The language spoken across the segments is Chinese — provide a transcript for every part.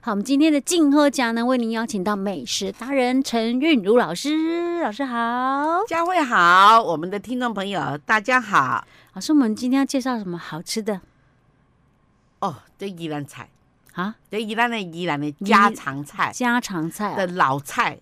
好，我们今天的静喝奖呢，为您邀请到美食达人陈韵如老师，老师好。 佳慧好，我们的听众朋友大家好。老师，我们今天要介绍什么好吃的哦，这宜兰菜，啊？这宜兰的宜兰的家常菜家常菜的啊，老菜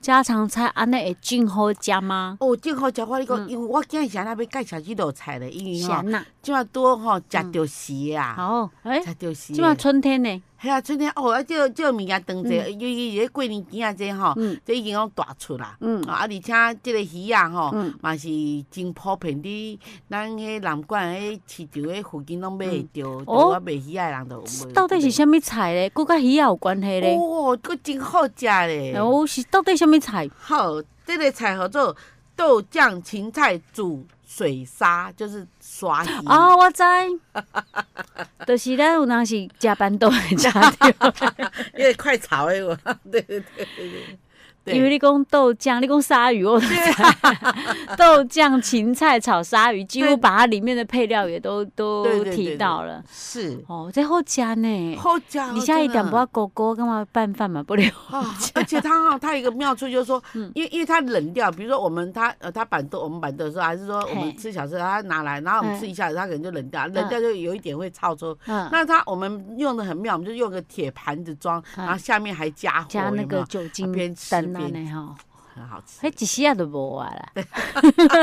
家常菜啊，那会进喝奖吗？哦，正好食我你嗯讲，因为我今日想要介绍这道菜嘞，因为吼咸，啊呐，即嘛多吼食着时啊，好，哎，食着时今。晚春天呢，系啊，春天哦，啊，这这物件当者，尤其是过年期啊，这吼嗯，这已经讲大出啦。嗯啊，而且即个鱼啊吼嗯，嘛是真普遍伫咱迄南管迄市场迄附近拢买会着，哦我卖鱼啊的人都有买。到底是什么菜嘞？佮甲鱼也有关系嘞？哦，佫真好食咧。哦，嗯是到底什么 菜？好，这个菜叫做豆酱芹菜煮水沙，就是刷鱼。啊，我知， 就是咱有当时加班都会加掉，因为快炒诶，我 对对对对对。对因为你讲豆酱，你讲鲨鱼，我都 知豆酱、芹菜炒鲨鱼，几乎对把它里面的配料也都对都对对提对到了。是哦，这好吃呢。好食。你下一真的点不要狗狗，干嘛拌饭嘛不了？啊，而且它哈，它有一个妙处就是说，嗯因为因为它冷掉，比如说我们它呃它板豆我们板豆的时候，还是说嘿我们吃小吃，它拿来，然后我们吃一下子，它可能就冷掉，冷掉就有一点会超出。嗯，那它我们用的很妙，我们就用个铁盘子装，嗯然后下面还加火，加那有没个有酒精边吃灯啊边呢吼，很好吃。迄一时啊都无啊啦，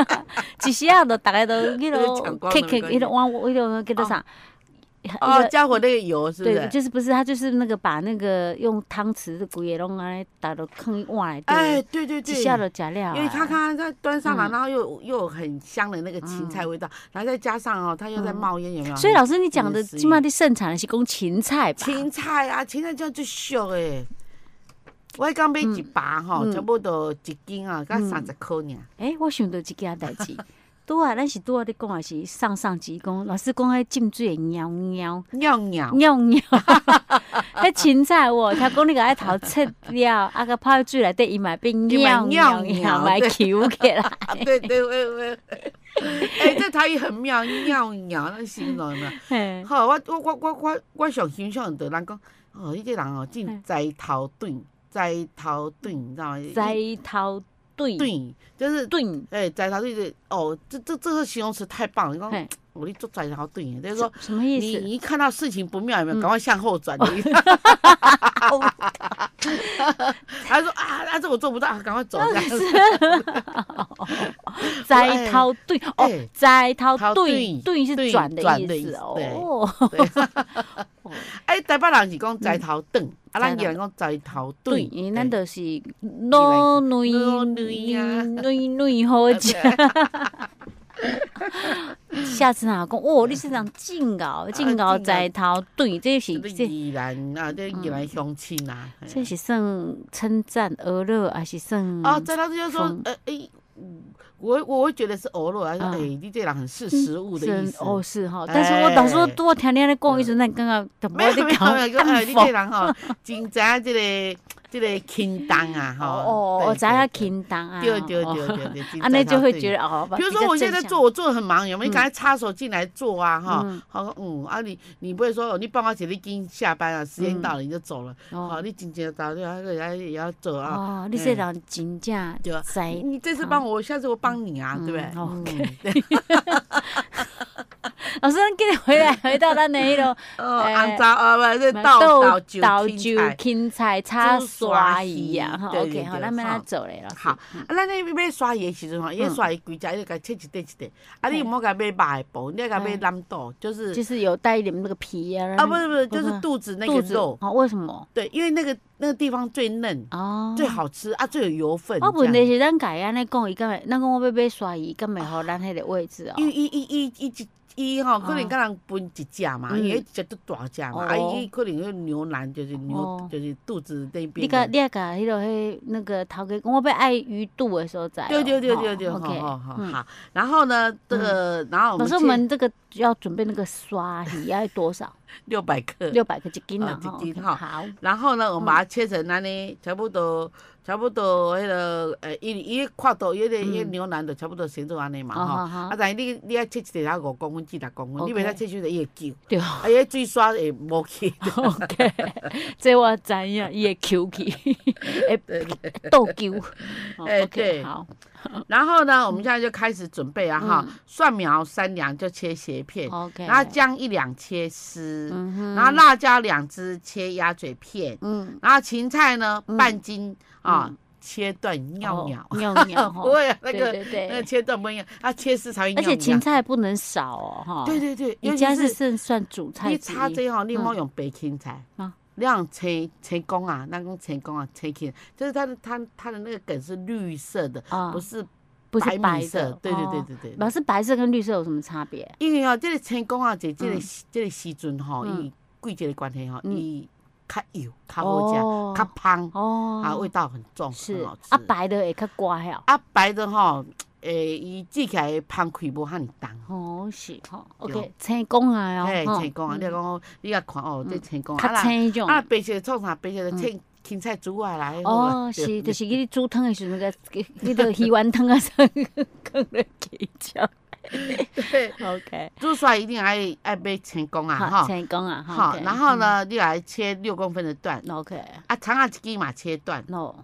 一时啊都大家都迄都抢落光 K 了 K 没关系迄落碗迄落叫做啥？哦那，个加火那个油是不对，是？就是不是他就是那个把那个用汤匙的规个拢安尼啊打到坑碗来，哎，对，对对对一，下就食了啊。因为它看它端上来，嗯然后又有又有很香的那个芹菜味道，然后再加上哦，它又在嗯冒烟，有没有？所以老师你讲的很有食欲今麦的盛产的是讲芹菜吧？芹菜啊，芹菜这样最俗诶。我刚买一把吼，嗯差不多一斤啊，才嗯三十块尔。哎，我想到一件代志， 拄啊，咱是拄啊咧讲的是上上集讲，老师讲迄浸水的猫猫。尿尿， 尿尿，迄芹菜哦，听讲你个爱头切了， 啊个泡水内底伊嘛变尿尿尿来球起来， 啊对对对对。 哎，这台语很妙，尿尿那形容嘛。嘿好，我我我我我我上欣赏的人讲，哦，你这人哦，真栽头钝，栽头钝，你知道吗？栽头对钝就是。对，哎，栽头钝就是哦，这这这个形容词太棒了！你嘿讲，哦我你做栽头钝，就是说什么意你思？你一看到事情不妙，有没有嗯赶快向后转？你 啊他说啊，那这我做不到，啊赶快走。这哦样子栽头对哦哎，栽头头对对对是对转的转的意意思思哦。哎，台北人是讲栽头钝，啊，栽咱头宜兰讲栽头嗯哎对，钝。因为咱就是老女老女女啊女女好食。哎下次啊，讲哦，你是讲进熬进熬进在头对，这是 嗯对，这宜兰啊，这宜兰乡亲啊。嘿这是算称赞而乐，还是算？哦，栽头钝就是说嗯风，呃，哎，我我会觉得是偶尔，还是啊哎，你这人很识时务的意是思。哦，是哈。哎但是我老说多听你咧讲，一直咱刚刚怎么没有在没有讲没有，哎，你暗讽这人吼，真知影这个这个轻重啊，哦吼。哦，对我知影对对轻重啊，对对哦对对 对，啊，那就会得。觉得哦，比如说我现在做。做，我做的很忙，有没有？你赶快插手进来做啊，嗯哈。好，嗯，啊你你不会说，哦你帮我姐，你已经下班了，时间到了你就走了。嗯哦好，你今天到对啊，那个也也要走啊。哦，你这人真正对啊在你你这次帮我，下次我帮你啊，对不对嗯哦嗯？对，老师，咱今日 回来回到咱的迄落哦，哎肮脏啊，不是倒倒酒豆青菜芹菜炒沙鱼啊，煮哈沙鱼对，OK，对好，对咱们来好做嘞，老师。好，啊，咱那要刷伊的时阵吼，嗯伊刷伊规只，伊就甲切一块一块。啊，你嘿毋好甲买肉的部，你要甲买嗯蓝肚，就是就是有带一点那个皮啊，啊，不是不是，就不是是肚子那个肚子肉，哦，为什么？对，因为那个那个地方最嫩。哦，最。好吃啊，最有油分。我问这题样是咱家安尼讲，伊敢会？咱讲我要买沙鱼，敢会互咱迄个位置哦？因为伊伊伊伊一伊吼，可哦能甲人分一只嘛，嗯因为一只都大只嘛，啊哦伊可能就牛腩就是哦牛就是肚子那你边甲的。你也甲迄落迄那个头家讲，我要爱鱼肚的所在哦。对对对吼对对，好，OK，好好嗯。哦好。然后呢，这个然后老我们师，我切 们这个要准备那个沙鱼要多少？六百克，六嗯百克一斤啦，哦一斤吼哈啊好， 然后呢，我把它切成安尼，差不多，差不多迄个，呃，伊伊跨度，伊嗯个伊牛腩就差不多成做安尼嘛哦好吼。好啊，但是你你爱切一个了五公分至六公分，你 OK 袂使切伤着伊会揪，对啊，伊个水刷会无 去。 ，OK，这 我知影，伊会球 去，会斗球哦哎，OK，对好，然后呢，我们现在就开始准备啊哈，蒜苗三两就切斜片嗯 OK 然后姜一两切丝，嗯哼然后辣椒两只切鸭嘴片，嗯，然后芹菜呢半斤啊切断尿尿，哦尿 尿不吼，会啊那对个对那个对，切断不一样，它切丝才会而尿且芹尿。菜不能少哦，哈，对，对对，你尤其家是是算算主菜你之炒一，这吼，你莫用白芹菜啊。你用切切公啊，那讲切公啊，切芹，就是它的它它的那个梗是绿色的，啊不是不是白白米色的，，对对对哦对对。老师，白色跟绿色有什么差别？因为哦，即个青公啊，即即个嗯时即个时阵吼，嗯伊季节的关系吼，嗯伊较油、较好食、哦较香，哦，啊，味道很重，是很好吃。啊，白的会较乖哦。啊白的吼，诶，伊煮起来的香气无赫尼重。哦，是吼对，OK，青公啊，嘿，哦，青公啊，你若讲你若看哦，这青公吼啊较啦，青迄种。啊白色的创啥？白色的青芹菜煮啊来。哦，是，就是你煮汤的时阵，个迄个鱼丸汤啊， 上放落去炒。是。 OK，煮出来一定爱爱买青公啊，好，哈，青公啊，好， OK 然后呢，你来切六公分的段，嗯？OK，啊，长啊一支嘛切段，喏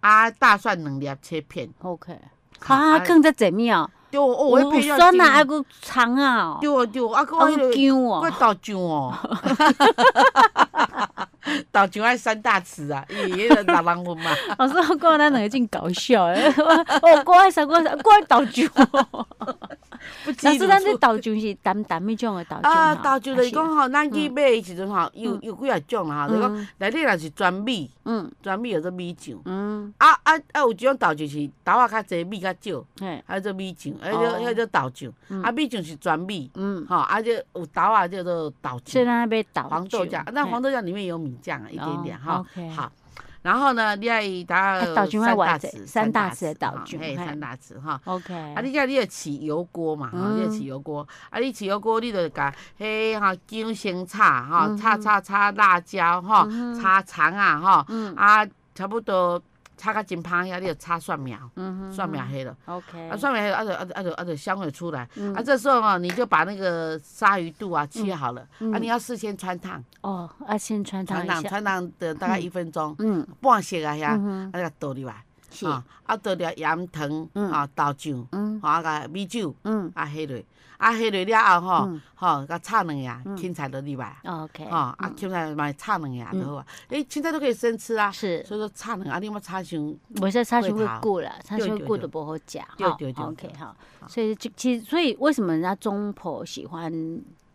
啊，大蒜两粒切片。 ，OK，好啊，放在前面哦，对哦，我有配有料酸啊，还有葱啊，哦对哦对哦，啊个还我迄有个姜我哦，豆浆哦， 豆浆爱三大匙啊，伊迄个六人份嘛， 老师，哦我讲咱两个真搞笑诶， 我我爱啥我我豆浆。 不止老师，咱这卤豆浆是淡淡迄种的豆浆啊啊，豆浆就是讲吼，咱去买的时阵吼，有嗯有几啊种还，啦，就是是讲嗯内底若是全米，嗯全米叫做米酱，嗯，啊啊啊有一种豆浆是豆啊较济，米较少，嘿，啊做米酱，啊哦叫迄叫豆浆，嗯啊米酱是全米，嗯，吼啊这有豆啊叫做豆所以浆，咱要买豆黄豆酱，那黄豆酱里面有米酱啊，一一点点哈。哦，OK，好，然后呢，你爱打啊豆浆要大偌济匙，三大匙的豆哈浆嘿嘿，三大匙哈。 ，OK，啊，你这你要起油锅嘛，哈，你要嗯起油锅。啊，你起油锅，你就甲迄哈姜先炒哈，嗯炒哼炒炒辣椒哈嗯，哼炒葱啊哈，嗯啊，差不多炒到真芳遐，你就炒蒜苗，嗯哼蒜苗黑了，哼，OK，啊，蒜苗黑了，啊就啊就啊就啊就香味出来。嗯啊，这时候啊，你就把那个鲨鱼肚啊切好了，啊，嗯你要事先穿烫，哦，啊，先穿烫穿一烫下，穿烫的大概一分钟，嗯半熟啊遐。嗯哼，啊，甲倒入来，是，啊，啊倒了盐糖，嗯啊豆酱，嗯啊甲米酒，嗯啊迄落，啊迄落了后吼嗯，吼甲炒两下，嗯芹菜落入来， ，OK，吼啊嗯芹菜嘛炒两下就好啊，诶芹菜都可以生吃啊，是，所以说炒两下，啊你莫炒伤，我说差过熊会头顾了，差对熊会对顾对的不好假。对哈对哦对 OK 对哈，好所以就其实所以为什么人家中婆喜欢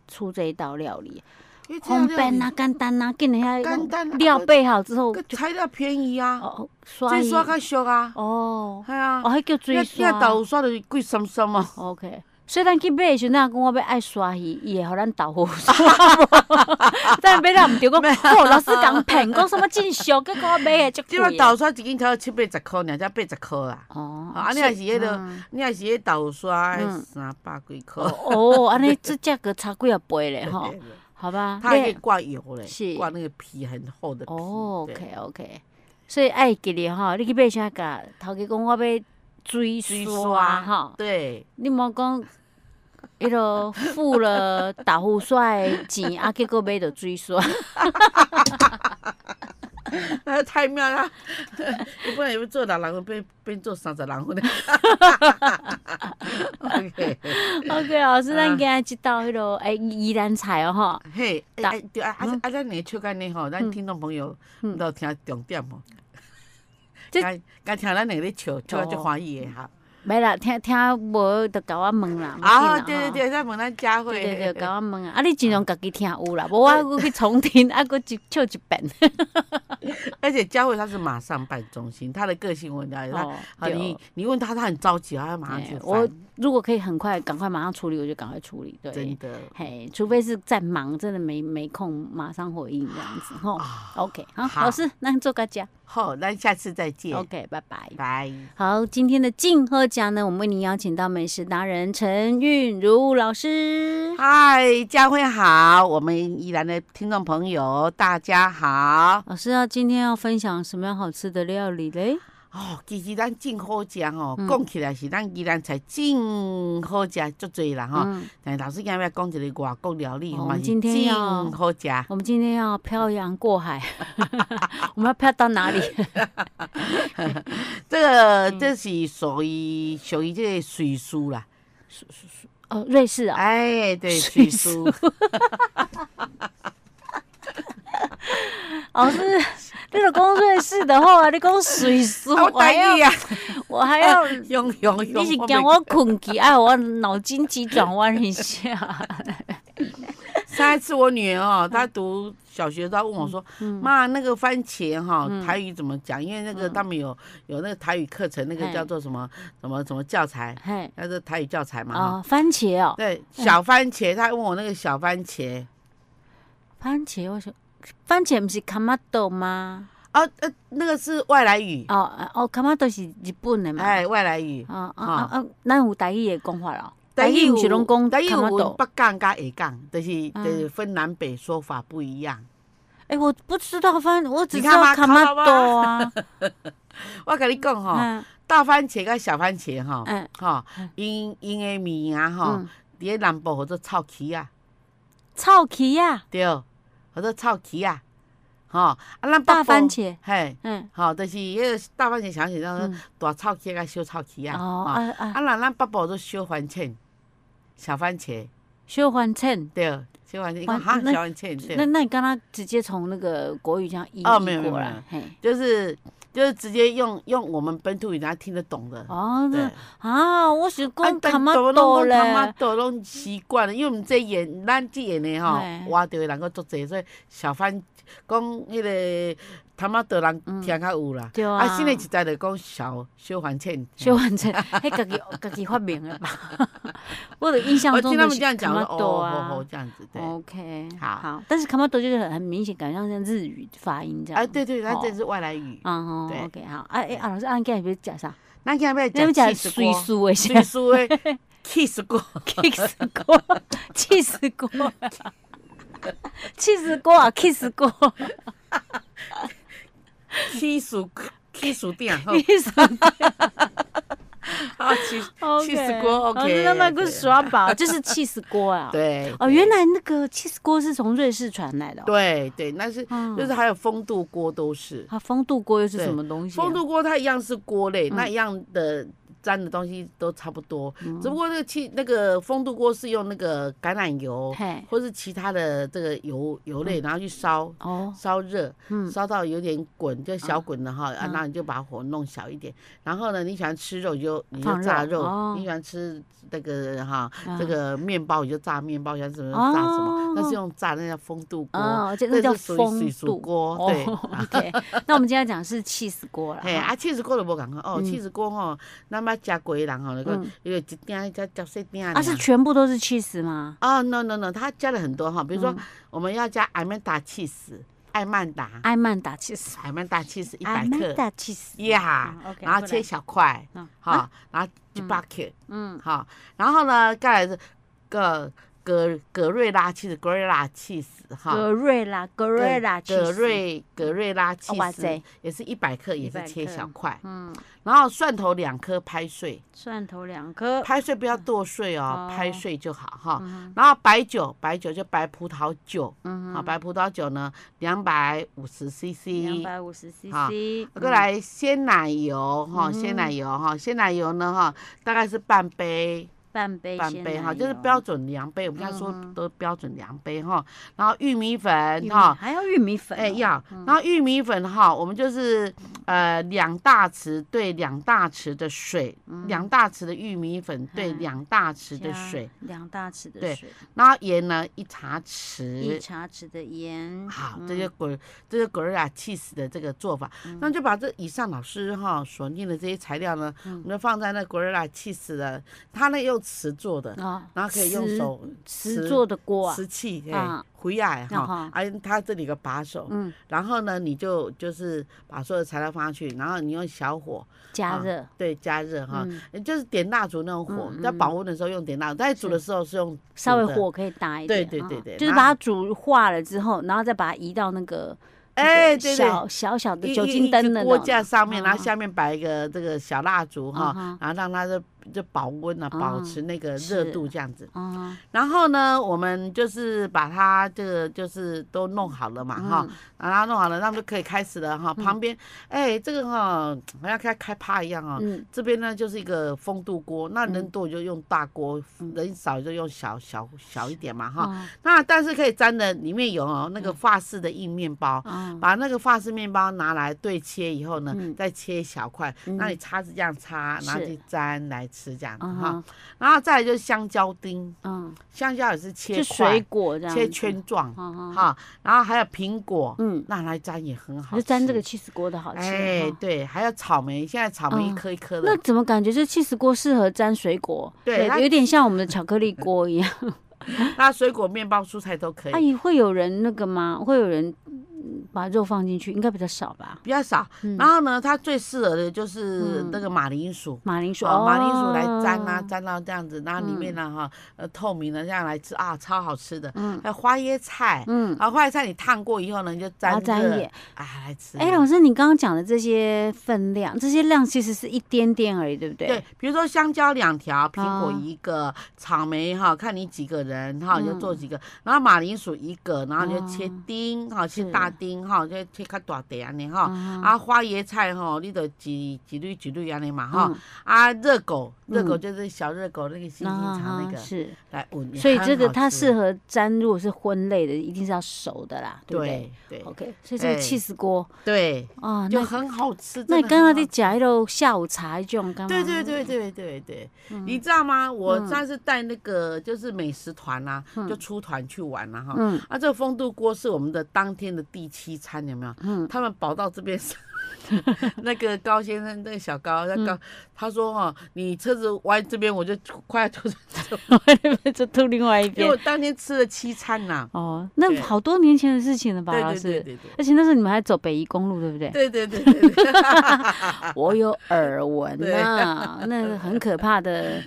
出这一道料理？因为这方样料便啊，理简单啊，给人家简单啊料备好之后个就材料便宜啊，哦刷这一刷较俗啊，哦系啊哦，，迄叫你水你若刷。豆腐刷就是贵三三啊。 OK，所以咱去买的时阵，咱讲我要爱刷鱼，伊会互咱豆腐 刷。咱买咱毋对，讲哦，老师讲骗，讲什么进修，结果我买的足即摆贵的。啊豆腐刷一斤头七八十箍，尔才八十箍啦。哦啊，你若是迄个。个嗯，你若是迄豆腐刷嗯三百几箍。哦，安尼这价格差几啊倍嘞吼， 好吧？它还可以你挂油嘞，是挂那个皮很厚的皮。哦对，OK OK，所以爱记哩吼，你去买啥甲头家讲我要追水刷吼，对，你莫讲。迄落付了豆腐刷的钱，啊，结果买着水刷，那 太妙了。 你本来要做六人份，变变做三十人份嘞。OK， OK 老师，哦啊咱今日即道迄落诶宜兰菜哦吼，嘿，哎打哎对啊啊啊！咱你笑干呢吼，咱听众朋友嗯唔要听重点哦。这哦刚刚听咱两个咧笑，笑到足欢喜的哈。没啦，听听无就甲我问啦，啊，不要紧对啦对吼对，咱问咱佳慧。对对对，甲我问啊，啊你尽量家己听有啊啦，无我还去重听， 啊，搁一笑一 遍。 而且佳慧她是马上办中心，她的个性问题，她哦，啊对你你问她，她很着急啊，她马上去哎翻。我如果可以很快，赶快马上处理，我就赶快处理。真对，的。嘿，除非是在忙，真的没没空马上回应这样子吼。OK，好，啊好老师，那做个家好，那下次再见， ，OK，拜拜。拜。好，今天的静和家呢，我们为您邀请到美食达人陈韵如老师。嗨，佳慧好，我们宜兰的听众朋友大家好。老师要今天要分享什么样好吃的料理嘞？哦，其实咱真好食哦，嗯讲、起来是咱宜兰菜真好食足多啦吼。嗯，但老师今日要讲一个外国料理，哦嗯嘛、今是天要真好食。我们今天要漂洋过海， 我们要漂到哪里？这个、这是属于属于这个水书啦， 哦，瑞士啊。哎，对，水水书。老师，你若讲瑞士的话，你讲水苏， 好我还得意要，啊！我还要， 用用你用，是惊我困去，哎，我脑筋急转弯一 下。上一次我女儿哦，嗯她读小学，她问我说：“妈，那个番茄哈、嗯台语怎么讲？”因为那个他们有有那个台语课程，那个嘿叫做什么什么什么教材，嘿，那是台语教材嘛哈。啊，番茄哦，对，小番茄，她问我那个小番茄番茄，我想，番茄不是卡玛豆吗？啊，呃，那个是外来语，哦啊哦，卡玛豆是日本的嘛？哎，外来语。啊啊啊啊！咱有台语的讲法咯，有毋是拢讲台语卡玛有豆。北港跟下港，就是嗯就是分南北说法不一样。哎，我不知道番，我只你知看道吧卡看玛到吧豆啊。我跟你讲哈，嗯大番茄跟小番茄哈，嗯哈嗯，因因的面啊哈。嗯，伫咧南部叫做臭旗啊，臭棋啊，对，叫做臭旗啊，吼、啊，咱大北部番，茄，嘿，嗯，吼、就是迄个大番茄小番茄，叫做嗯大臭旗啊，小臭旗啊，哦吼啊啊，啊，咱咱北部做小番茄，小番茄，小欢称。对，小番茄，你看番哈，那小番茄，那对，那你刚刚直接从那个国语这样译哦没有译没过有没来有，嘿，就是就是直接用用我们本土语，咱听得懂的。哦，对那，啊，我是讲卡玛豆豆嘞，他妈 豆拢习惯了，因为我们这演咱这演的吼嘿，活着的人够足侪，所以小番讲迄个他妈豆人听较有啦。对啊，啊，新的一代就讲小小番茄，小番茄，迄家己家己发明的吧？ 我的印象我中听他都们是这样讲，卡我玛说哦豆哦啊哦。这样子，对。 OK，好但是卡玛多就是很很明显，感觉像日语发音这样。啊，对对，咱哦这是外来语。啊哦对，OK，好，啊哎，啊老师，啊，你今日要讲啥？咱今日你要要讲讲水 cheese 素的，水酥的 cheese 锅， kiss 过，气死过，气死过啊，kiss 过 cheese cheese 店， 好，kiss 啊，cheese cheese 锅老师他哦们 OK，OK 个耍宝，就是气死锅啊。。对。哦，对原来那个气死锅是从瑞士传来的、哦。。对对，那是嗯就是还有风度锅都是，啊，风度锅又是对什么东西、啊？风度锅它一样是锅类，那嗯一样的沾的东西都差不多，嗯只不过那个气那个风度锅是用那个橄榄油嘿，嗯或是其他的这个油油类，然后去烧。哦，烧热，嗯烧到有点滚，就小滚了哈，啊，嗯那你就把火弄小一点。然后呢，你喜欢吃肉你就你就放炸肉哦肉，你喜欢吃那个哈嗯这个面包你就炸面包，喜欢什么就炸什么，那哦是用炸那叫风度锅。哦，而且那这叫是属于风水度煮锅哦对 啊 OK，那我们今天讲的是气死锅了。嘿，哈啊，气死锅就无共款哦，嗯气死锅吼，咱捌食过的人吼，那个嗯因为一鼎才才细鼎啊，是全部都是气死吗？哦，no no no，他加了很多哈，比如说嗯我们要加艾曼达气死，艾曼达，艾曼达气死，艾曼达气死一艾百曼克，达气死。呀嗯，OK，然后过切来小块嗯，哈，然后一百克，嗯，哈，然后呢，再来是个格格瑞拉气死，格瑞拉气死哈。格瑞拉，格瑞拉气死，格瑞格瑞拉嗯气哇死塞也是一百克，也100是切克小块，嗯，然后蒜头两颗拍碎，蒜头两颗，拍碎不要剁碎哦哦，拍碎就好哈。嗯然后白酒，白酒就白葡萄酒，嗯啊，白葡萄酒呢两百五十 CC，两百五十 CC，好过嗯来鲜奶油哈，嗯哼鲜奶油哈，鲜奶油呢哈，大概是半嗯杯，半杯半鲜杯奶哈，就是油标准量杯，我们刚才说嗯哼都标准量杯哈。然后玉米玉粉米哈，还要玉米粉哦，哎要，然后玉米粉哈，我们就是呃两大匙对两大匙的水，两大匙的玉米粉对嗯两大匙的加水，两大匙的对水，然后盐呢一茶一匙。茶匙的盐，好，嗯这就滚，这就滚啊气死的这个做法，那就把这以上老师哈所念的这些材料呢，嗯我们就放在那滚啊气死的，它那用瓷做的，啊，然后可以用瓷手瓷做的锅啊，瓷器，啊哎，灰啊的嗯哈哈，啊，它这里有个把手，嗯，然后呢，你就就是把所有材料放上去，然后你用小火加热，啊对，加热哈，嗯，就是点蜡烛那种火，嗯嗯在保温的时候用点蜡烛，在煮的时候是用稍微煮的，火可以大一点，对对对啊对就是那把它煮化了之后，然后再把它移到那个那哎，个对对，小小小一的酒一精一灯个的锅那种架上面，嗯然后嗯下面摆一个这个小蜡烛嗯哈哼，然后让它就就保温啊，保嗯持那个是热度这样子。啊，然后呢，我们就是把它这个就是都弄好了嗯嘛哈，然后弄好了，那么就可以开始了哈。旁边，哎，这个哈好像开开趴一样哈。啊嗯这边呢就是一个风度锅，那人多就用大锅，嗯人少就用小小小一点嘛哈。哈那但是可以沾的，里面有哦那嗯个法式的硬面包，啊，把那个法式面包拿来对切以后呢，嗯再切一小块，嗯那你叉子这样叉，然后是去沾来吃这样子嗯哈。哼然后再来就是香蕉丁，嗯，香蕉也是就切水块、果这样，嗯切，圈状哈哈，哈，然后还有苹果，嗯，拿来沾也很好就吃。沾这个 cheese 锅的好吃，哎，哈对，还有草莓，现在草莓一嗯颗一颗那的，怎么感觉这 cheese 锅适合沾水果？对它有点像我们的巧克力锅一样。 那水果、面包、蔬菜都可阿以，姨会有人那个吗？会有人嗯把肉放进去？应该比较少吧。比较少。嗯然后呢，它最适合的就是嗯那个马铃薯。马铃薯，哦，马铃薯来沾啊，哦，沾到这样子，然后里面呢哈，呃，透明的这样来吃啊，超好吃的。嗯还有花椰菜，嗯，啊，花椰菜你烫过以后呢，你就然沾后沾热一点。啊来吃。哎，老师，你刚刚讲的这些分量，这些量其实是一点点而已，对不对？对，比如说香蕉两条，苹果哦一个，草莓哈，看你几个人哈，你就嗯做几个，然后马铃薯一个，然后你就切哦丁哈，切是大丁哈，就切较大块安尼哈。嗯啊，花椰菜吼，你就几几粒几粒安尼嘛哈嗯。啊，热狗，热狗嗯就是小热狗那个星星肠那啊个是，来闻，所以这个很好它吃适合沾，如果是荤类的，一定是要熟的啦，对不对对对 OK，所以这个哎 cheese 锅对，啊，就那很好吃。那真你的刚很刚好在讲一路下午茶这种干嘛？对对对对对对，嗯你知道吗？我上次带那个就是美食团啦、就出团去玩啦、哈。嗯 啊，这个风度锅是我们的当天的第七餐，有没有？嗯他们跑到这边， 那个高先生，那个小高，那嗯高，他说哈、你车子歪这边，我就快要吐出 来我那边就吐另外一因边为我。当天吃了七餐 呐、哦，那对好多年前的事情了吧，对老对对师？对而且那时候你们还走北宜公路，对不对？对，对对对对 对 我有耳闻呐， 那个很可怕 的，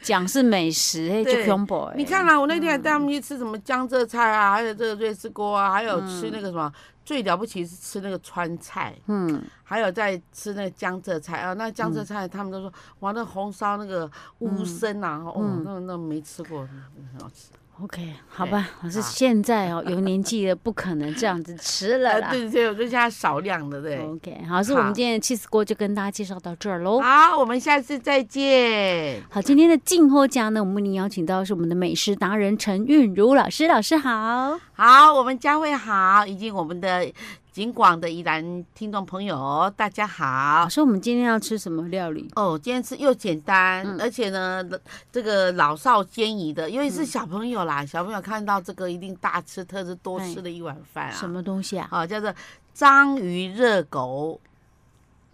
讲是美食，嘿，就对 combo 哎。你看啦、我那天还带他们去吃什么江浙菜啊，还有这个瑞士锅啊，还有吃那个什么，最了不起是吃那个川菜，嗯，还有在吃那个江浙菜啊。那江浙菜他们都说，哇，那红烧那个乌参啊，哦，那那没吃过，很好吃。 OK，好吧，老师，啊现在哦，有年纪了，不可能这样子吃了呃，啦。对对对，我就现在少量的，对。 OK，好，是我们好今天的 cheese 锅就跟大家介绍到这儿喽。好，我们下次再见。好，今天的静候家呢，我们为您邀请到的是我们的美食达人陈韵如老师，老师好。好，我们佳慧好，以及我们的景广的宜兰听众朋友，大家好老。师，我们今天要吃什么料理？哦，今天吃又简单，而且呢，这个老少皆宜的，尤其是小朋友啦，小朋友看到这个一定大吃特吃，多哎吃了一碗饭啊。什？么东西啊？好、叫做章鱼热狗，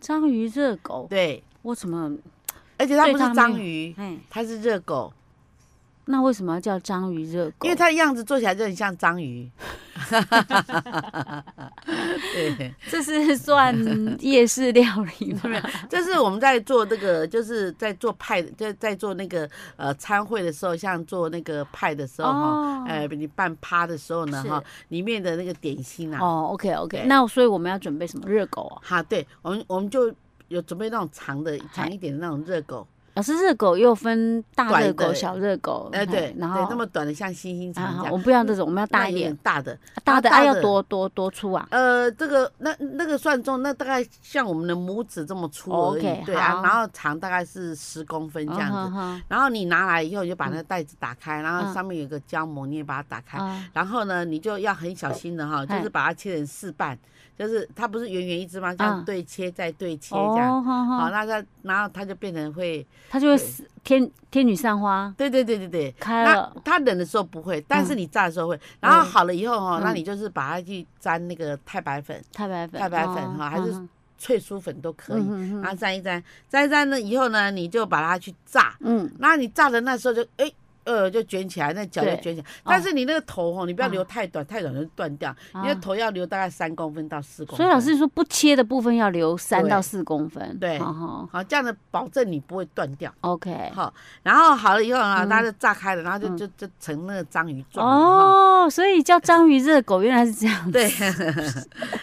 章鱼热狗，对，我怎么？而且它对不它是没章有鱼，哎，它是热狗，那为什么要叫章鱼热狗？因为它的样子做起来就很像章鱼。 对，这是算夜市料理 吗？ 这是我们在做这个，就是在做派，在在做那个呃餐会的时候，像做那个派的时候哈。呃，你办趴的时候呢，哦是哈，里面的那个点心啊，哦，OK OK，对那所以我们要准备什么热狗啊？哈，对，我们我们就有准备那种长的、长嗨一点的那种热狗，老师，热狗又分大短热狗、的小热狗，哎，嘿对，对，然后那么短的像星星啊，肠好我这样，们不要这种，我们要大那一有点，大的，大的大啊要的多多多粗啊。呃，这个那那个算重，那大概像我们的拇指这么粗哦而已， ，OK，对啊好，然后长大概是十公分这样子，子，然后你拿来以后，你就把那个袋子打开，然嗯后上面有个胶膜，你也把它打开，啊，然后呢，你就要很小心的哈，嗨就是把它切成四瓣，就是它不是圆圆一只吗？嗯这样对切再对切这样，哦，好好，好，那它然后它就变成会，它就会对死天天女散花对对对对对。开那了，它冷的时候不会，但是你炸的时候会。然后好了以后哦，嗯那你就是把它去沾那个太白粉、太白粉，太白粉哦哈还是嗯脆酥粉都可以，啊嗯嗯然后沾一沾，沾一沾呢以后呢，你就把它去炸。嗯，那你炸的那时候就哎呃就卷起来，那脚就对嗯卷起来。但是你那个头哦，你不要留太短，太短就断掉。啊你的头要留大概三公分到四公所分。以老师说不切的部分要留三对到四公分。对好好好，这样子保证你不会断掉。 ，OK。好，然后好了以后啊，嗯它就炸开了，然后就嗯就就成那个章鱼状了。哈 哦，所以叫章鱼热狗原来是这样。对，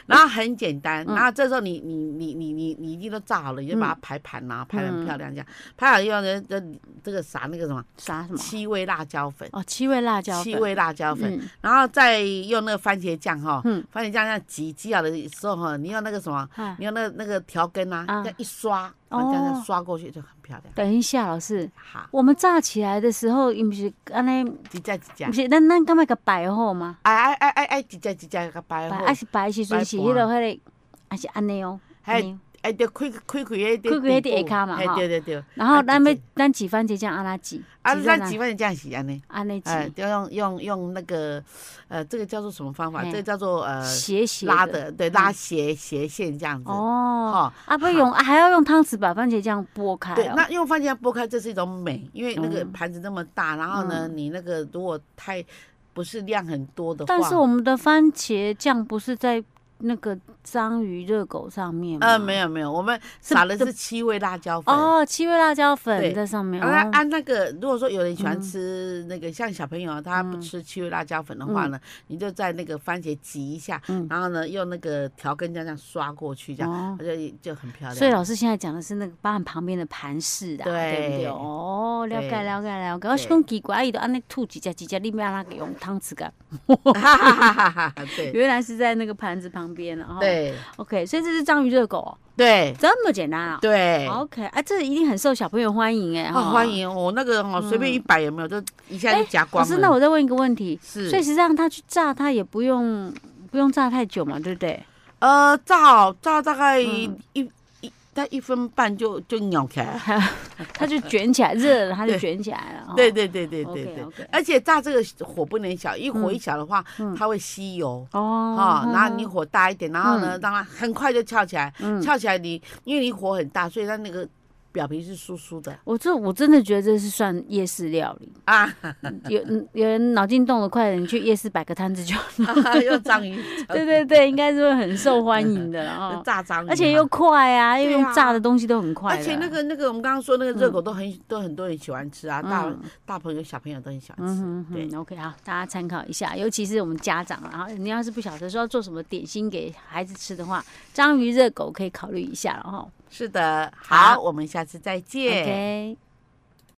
然后很简单，嗯然后这时候你你你你你你一定都炸好了，你就把它排盘啦、排的嗯很漂亮这样，排好以后呢，这这个撒那个什么啥什么？七味辣椒粉，哦，七味辣椒粉。七味辣椒粉，嗯然后再用那个番茄酱哈嗯，番茄酱这样挤挤好的时候哈，你用那个什么，哎你用那那个调羹啊，啊这样一刷，然后这样这样刷过去就很漂亮。等一下，老师，好，我们炸起来的时候，伊不是安尼，几加几加不，是咱咱干嘛个摆好吗？哎哎哎哎哎，几加几加个摆摆好啊，是摆的时阵是迄摆个盘迄个，还是安尼哦。哎安尼哦哎，就开开开迄开开那个下骹嘛哎哈对对对，然后啊咱直要接咱几番茄酱安那挤，啊，挤在咱哪几万这样是安尼。安尼哎，挤，就用用用那个，呃，这个叫做什么方法？嘿这个叫做呃哎斜斜拉。的，对，拉斜斜线这样子。哦，哦，啊，不用，啊还要用汤匙把番茄酱拨开对，哦。那用番茄酱剥开，这是一种美，因为那个嗯盘子那么大，然后呢，你那个如果太不是量很多的话，但是我们的番茄酱不是在那个章鱼热狗上面吗？呃没有没有，我们是撒的是七味辣椒粉。哦，七味辣椒粉对在上面。啊，按、哦那个，如果说有人喜欢嗯吃那个，像小朋友啊他不嗯吃七味辣椒粉的话呢，你就在那个番茄挤一下，嗯然后呢用那个调羹酱这样刷过去，这样、哦它就就很漂亮。所以老师现在讲的是那个包含旁边的盘饰啊，对不对？对哦，了解对了解了解。我是对讲奇怪，伊都安尼吐几只几只，你要安那个用汤匙噶？哈哈哈哈哈！对原来是在那个盘子旁边了。哦。对 OK，所以这是章鱼热狗哦，对这么简单啊。对，好 OK，啊，这一定很受小朋友欢迎哎，哈欢。迎我那个哦，嗯随便一摆有没有，就一下就夹老光师，那了。我再问一个问题，所以是实际上他去炸，他也不用不用炸太久嘛，对不 对？呃，炸好炸大概一嗯一大概一分半就就咬开了。他就卷起来，热了他就对卷起来了。哦对对对对对 OK，OK 对，而且炸这个火不能小，一火一小的话嗯，它会吸油。哦，哈，然后嗯你火大一点，然后呢，嗯让它很快就翘起来，嗯翘起来你，因为你火很大，所以它那个表皮是酥 酥的 我这我真的觉得这是算夜市料理。啊， 有嗯有人脑筋动得快的，你去夜市摆个摊子就， 又章鱼，对对对，应该是会很受欢迎 的又哦。炸章鱼，而且又快啊，又对啊用炸的东西都很快而的。且那个那个，我们刚刚说那个热狗都很、都很多人喜欢吃啊，大嗯大朋友小朋友都很喜欢吃。嗯对嗯嗯，OK，好，大家参考一下，尤其是我们家长啊，然后你要是不晓得说要做什么点心给孩子吃的话，章鱼热狗可以考虑一下了哈。是的，好好，我们下次再见。 OK。